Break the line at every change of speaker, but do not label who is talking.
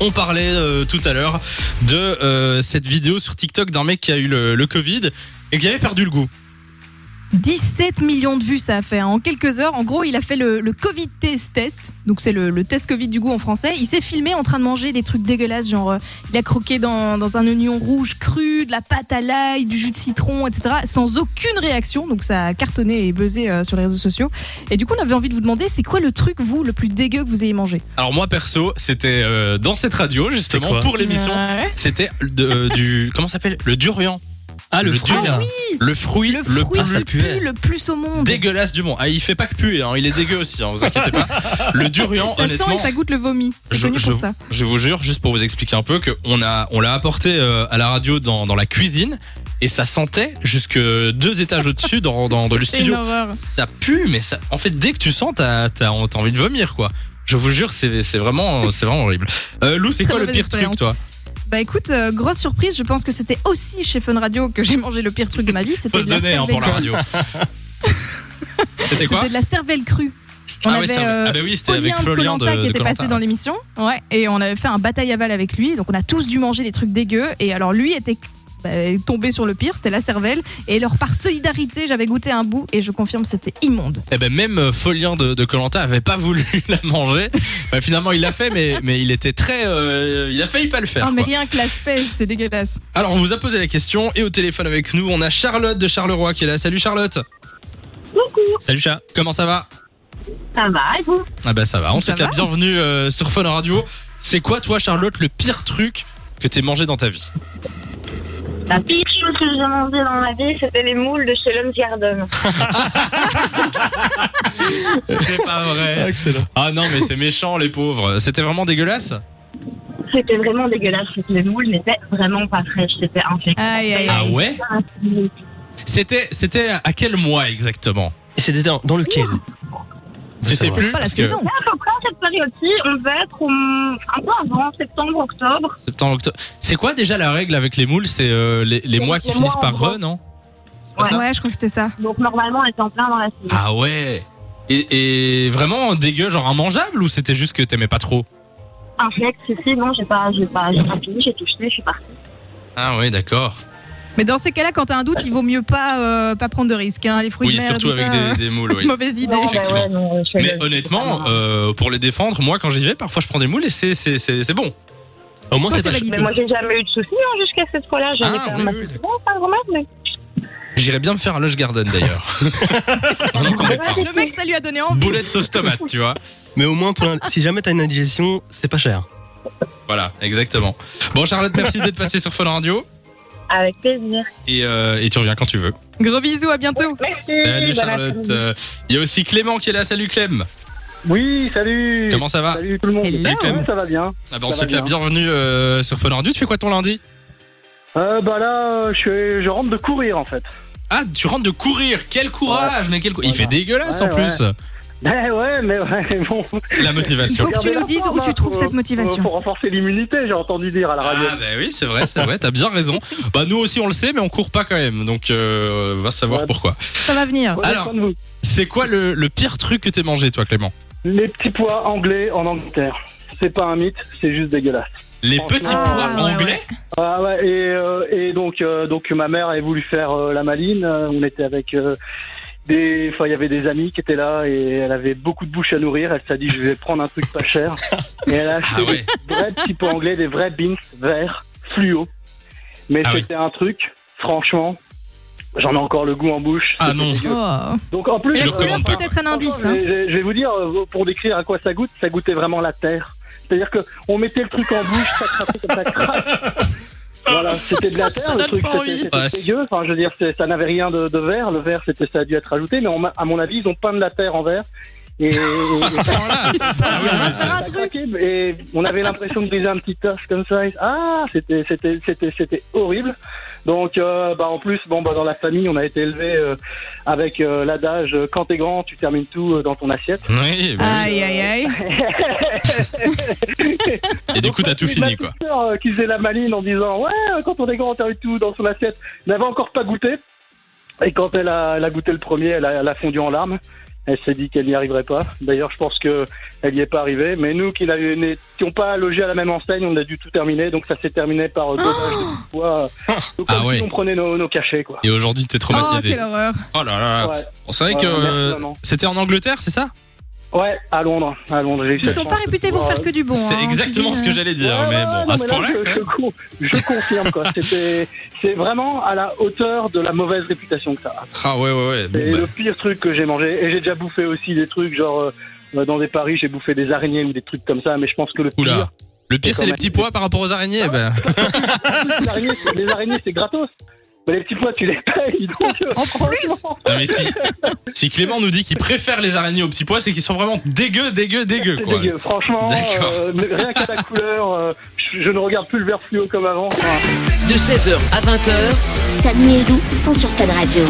On parlait euh, tout à l'heure de euh, cette vidéo sur TikTok d'un mec qui a eu le, le Covid et qui avait perdu le goût.
17 millions de vues ça a fait hein. en quelques heures. En gros, il a fait le, le Covid test test, donc c'est le, le test Covid du goût en français. Il s'est filmé en train de manger des trucs dégueulasses, genre euh, il a croqué dans, dans un oignon rouge cru, de la pâte à l'ail, du jus de citron, etc. Sans aucune réaction, donc ça a cartonné et buzzé euh, sur les réseaux sociaux. Et du coup, on avait envie de vous demander, c'est quoi le truc vous le plus dégueu que vous ayez mangé
Alors moi perso, c'était euh, dans cette radio
C'était
justement
quoi
pour l'émission.
Ouais.
C'était de- euh, du comment ça s'appelle le durian,
Ah, le,
Le
fruit,
durian.
là.
le fruit
Le
le,
fruit
plus
ça
le
puait.
plus le plus au monde.
dégueulasse du monde. Ah, il fait pas que puer, hein, il est dégueu aussi. Hein, vous inquiétez pas. Le durian,
ça sent
honnêtement,
et ça goûte le vomi. C'est
Je-
connu pour ça.
Je vous jure, juste pour vous expliquer un peu, qu'on a, on l'a apporté euh, à la radio dans, dans la cuisine et ça sentait jusque deux étages au-dessus dans, dans, dans le
C'est une
studio.
horreur.
Ça pue, mais ça, en fait, dès que tu sens, t'as, t'as, t'as envie de vomir, quoi. Je vous jure, c'est, c'est vraiment, c'est vraiment horrible. Euh, Lou, c'est
Très
quoi le
mauvaise
pire truc,
expérience.
toi
Bah écoute, euh, grosse surprise, je pense que c'était aussi chez Fun Radio que j'ai mangé le pire truc de ma vie. C'était
Faut se
de, la
donner hein, pour la
cervelle-
radio. C'était quoi
c'était de la cervelle crue. On
ah, ouais,
avait
c'est-
euh,
ah bah oui, c'était avec Folien de,
Koh-Lanta qui
de
était
Koh-Lanta.
passé dans l'émission. Ouais, et on avait fait un bataille aval avec lui. Donc on a tous dû manger des trucs dégueux. Et alors lui était bah, tombé sur le pire, c'était la cervelle. Et alors par solidarité, j'avais goûté un bout et je confirme, c'était immonde.
Eh ben même euh, Folien de Colanta avait pas voulu la manger. Bah, finalement, il l'a fait, mais mais il était très, euh, il a failli pas le faire.
Ah mais
quoi.
rien que l'aspect, c'est dégueulasse.
Alors on vous a posé la question et au téléphone avec nous, on a Charlotte de Charleroi qui est là. Salut Charlotte.
Salut, chat.
Comment ça va
Ça va, et vous
Ah bah ça va. On
Ça
souhaite la
va.
bienvenue euh, sur Fun Radio. C'est quoi toi Charlotte le pire truc que t'aies mangé dans ta vie
La pire chose que j'ai mangée dans ma vie, c'était les moules de chez Lum's Garden.
C'est pas vrai.
Excellent.
Ah non mais c'est méchant les pauvres. C'était vraiment dégueulasse.
C'était vraiment dégueulasse, c'est que les moules n'étaient vraiment pas fraîches, c'était infect.
Aïe aïe
Ah
aïe.
ouais C'était c'était à quel mois exactement
Et c'était dans, dans lequel
Tu sais plus
Pas la
parce que
saison.
À peu près à cette période-ci, on va être hum, un peu avant, septembre, octobre.
septembre octobre. C'est quoi déjà la règle avec les moules C'est euh, les, les mois qui
les
finissent
mois,
par
en gros.
re non C'est pas
Ouais.
ça
Ouais, je crois que c'était ça.
Donc normalement, on est en plein dans la saison.
Ah ouais et, et vraiment dégueu, genre immangeable ou c'était juste que t'aimais pas trop Ah.
Infect, si, si, non, j'ai pas, j'ai pas, j'ai pas fini, j'ai touché, je suis partie.
Ah ouais, d'accord.
Mais dans ces cas-là, quand t'as un doute, il vaut mieux pas, euh, pas prendre de risques. hein. Les fruits
Oui,
de mer,
surtout
tout ça,
avec
euh,
des, des moules, oui.
mauvaise idée.
Non, bah
effectivement.
ouais, non, je-
Mais honnêtement, euh, pour les défendre, moi quand j'y vais, parfois je prends des moules et c'est c'est- c'est- c'est bon.
Au moins,
Moi,
c'est
c'est
pas
validé.
Mais moi, j'ai jamais eu de soucis hein, jusqu'à cette fois-là. J'avais
Ah,
quand
oui,
même
oui,
assez bon, pas grand-mère, mais.
J'irais bien me faire un Lush Garden d'ailleurs. Maintenant qu'on est parents.
Le mec, ça lui a donné envie.
Boulette sauce tomate, tu vois.
Mais au moins, pour un- si jamais t'as une indigestion, c'est pas cher.
Voilà, exactement. Bon Charlotte, merci d'être passée sur Fun Radio
Avec plaisir.
et, euh, et tu reviens quand tu veux.
Gros bisous, à bientôt.
Merci.
Salut
bon
Charlotte.
après-midi.
Euh, Il y a aussi Clément qui est là. Salut Clem.
Oui, salut
Comment ça va
Salut tout le monde
Hello. Salut, Clem.
Ouais, Ça va bien
Ah bah, On
Ça
se
va
fait la
bien.
bienvenue euh, sur Fun Radio. Tu fais quoi ton lundi
euh, Bah là, je, suis- je rentre de courir en fait.
Ah, tu rentres de courir. Quel courage, mais quel cou- Il
Voilà.
fait dégueulasse
Ouais,
en plus.
Eh ouais, mais ouais, bon...
La
Il
motivation.
faut que tu nous dises où tu trouves cette motivation.
Pour renforcer l'immunité, j'ai entendu dire à la radio.
Ah bah oui, c'est vrai, c'est vrai, t'as bien raison. Bah nous aussi on le sait, mais on court pas quand même, donc euh, va savoir
Ouais.
pourquoi.
Ça va venir.
Prenez
Ah, alors.
soin de vous.
C'est quoi le, le pire truc que t'aies mangé toi Clément
Les petits pois anglais en Angleterre. C'est pas un mythe, c'est juste dégueulasse.
Les
Ah,
petits
ouais,
pois
ouais,
anglais
Ah ouais, et, euh, et donc, euh, donc ma mère avait voulu faire euh, la maline. Euh, On était avec euh, des, enfin il y avait des amis qui étaient là et elle avait beaucoup de bouches à nourrir. Elle s'est dit je vais prendre un truc pas cher. Et elle a acheté
Ah ouais,
des vrais petits pots anglais, des vrais beans verts fluo. Mais
Ah oui.
c'était un truc, franchement, j'en ai encore le goût en bouche.
ah non.
Oh.
Donc en plus,
Tu le
La couleur
euh,
recommandes pas. Ah
peut être un indice.
Franchement,
hein.
Je, je- je vais vous dire, euh, pour décrire à quoi ça goûte, ça goûtait vraiment la terre. C'est-à-dire que on mettait le truc en bouche, ça craquait comme ça craque. Voilà, c'était de la terre, le
donne
truc
pas envie.
c'était c'était
Ah. Ouais,
dégueu. Enfin, je veux dire, c'est- ça n'avait rien de, de vert. Le vert, c'était ça a dû être ajouté, mais on m'a- à mon avis, ils ont peint de la terre en vert. Et, et-
Ah, ça prend là. Ah oui, mais
faire un
ça
truc.
craquait, et on avait l'impression de briser un petit os comme ça. Et- Ah, c'était c'était c'était c'était horrible. Donc euh, bah en plus bon bah dans la famille on a été élevé euh, avec euh, l'adage euh, quand t'es grand tu termines tout euh, dans ton assiette.
Oui, bah oui.
Aïe, aïe, aïe. Oh,
Et du coup t'as tout fini quoi.
Ma sœur, euh, qui faisait la maline en disant ouais euh, quand on est grand on termine tout dans son assiette n'avait encore pas goûté. Et quand elle a, elle a goûté le premier elle a, elle a fondu en larmes. Elle s'est dit qu'elle n'y arriverait pas. D'ailleurs, je pense que elle n'y est pas arrivée. Mais nous qui n'étions pas logés à la même enseigne, on a dû tout terminer. Donc ça s'est terminé par euh, dommage de petits pois. Donc
Oh Ah
comme
ouais.
si on prenait nos, nos cachets, quoi.
Et aujourd'hui, t'es
Oh,
traumatisé.
quelle horreur.
Oh, là là.
Ouais.
C'est vrai
Ouais,
que
merci,
euh,
maman.
c'était en Angleterre, c'est ça
Ouais, à Londres. À Londres j'ai eu
Ils
cette
sont pas
chance de
réputés pour
pouvoir,
faire que du bon.
C'est
hein,
exactement
tu
ce
dis,
que
euh.
j'allais dire.
Ouais,
mais
ouais,
bon,
non,
à ce
mais là,
point-là,
je, je con- je confirme quoi. C'était, c'est vraiment à la hauteur de la mauvaise réputation que ça a.
Ah ouais, ouais, ouais.
C'est
Bon,
le
bah.
pire truc que j'ai mangé. Et j'ai déjà bouffé aussi des trucs genre euh, dans des paris, j'ai bouffé des araignées ou des trucs comme ça. Mais je pense que le pire,
Oula. Le pire,
quand
c'est les
même-
petits pois par rapport aux araignées.
Ah,
bah.
les araignées, c'est- les araignées, c'est gratos. Mais les petits pois, tu les payes. Donc, euh,
En plus
franchement,
Non, mais si, si Clément nous dit qu'il préfère les araignées aux petits pois, c'est qu'ils sont vraiment dégueux, dégueux, dégueux,
c'est
quoi.
dégueu. Franchement,
D'accord.
euh, mais rien qu'à la couleur, euh, je, je ne regarde plus le vert fluo
Ah,
comme avant. Enfin,
De 16h à 20h,
Samy et Lou sont sur Fan Radio.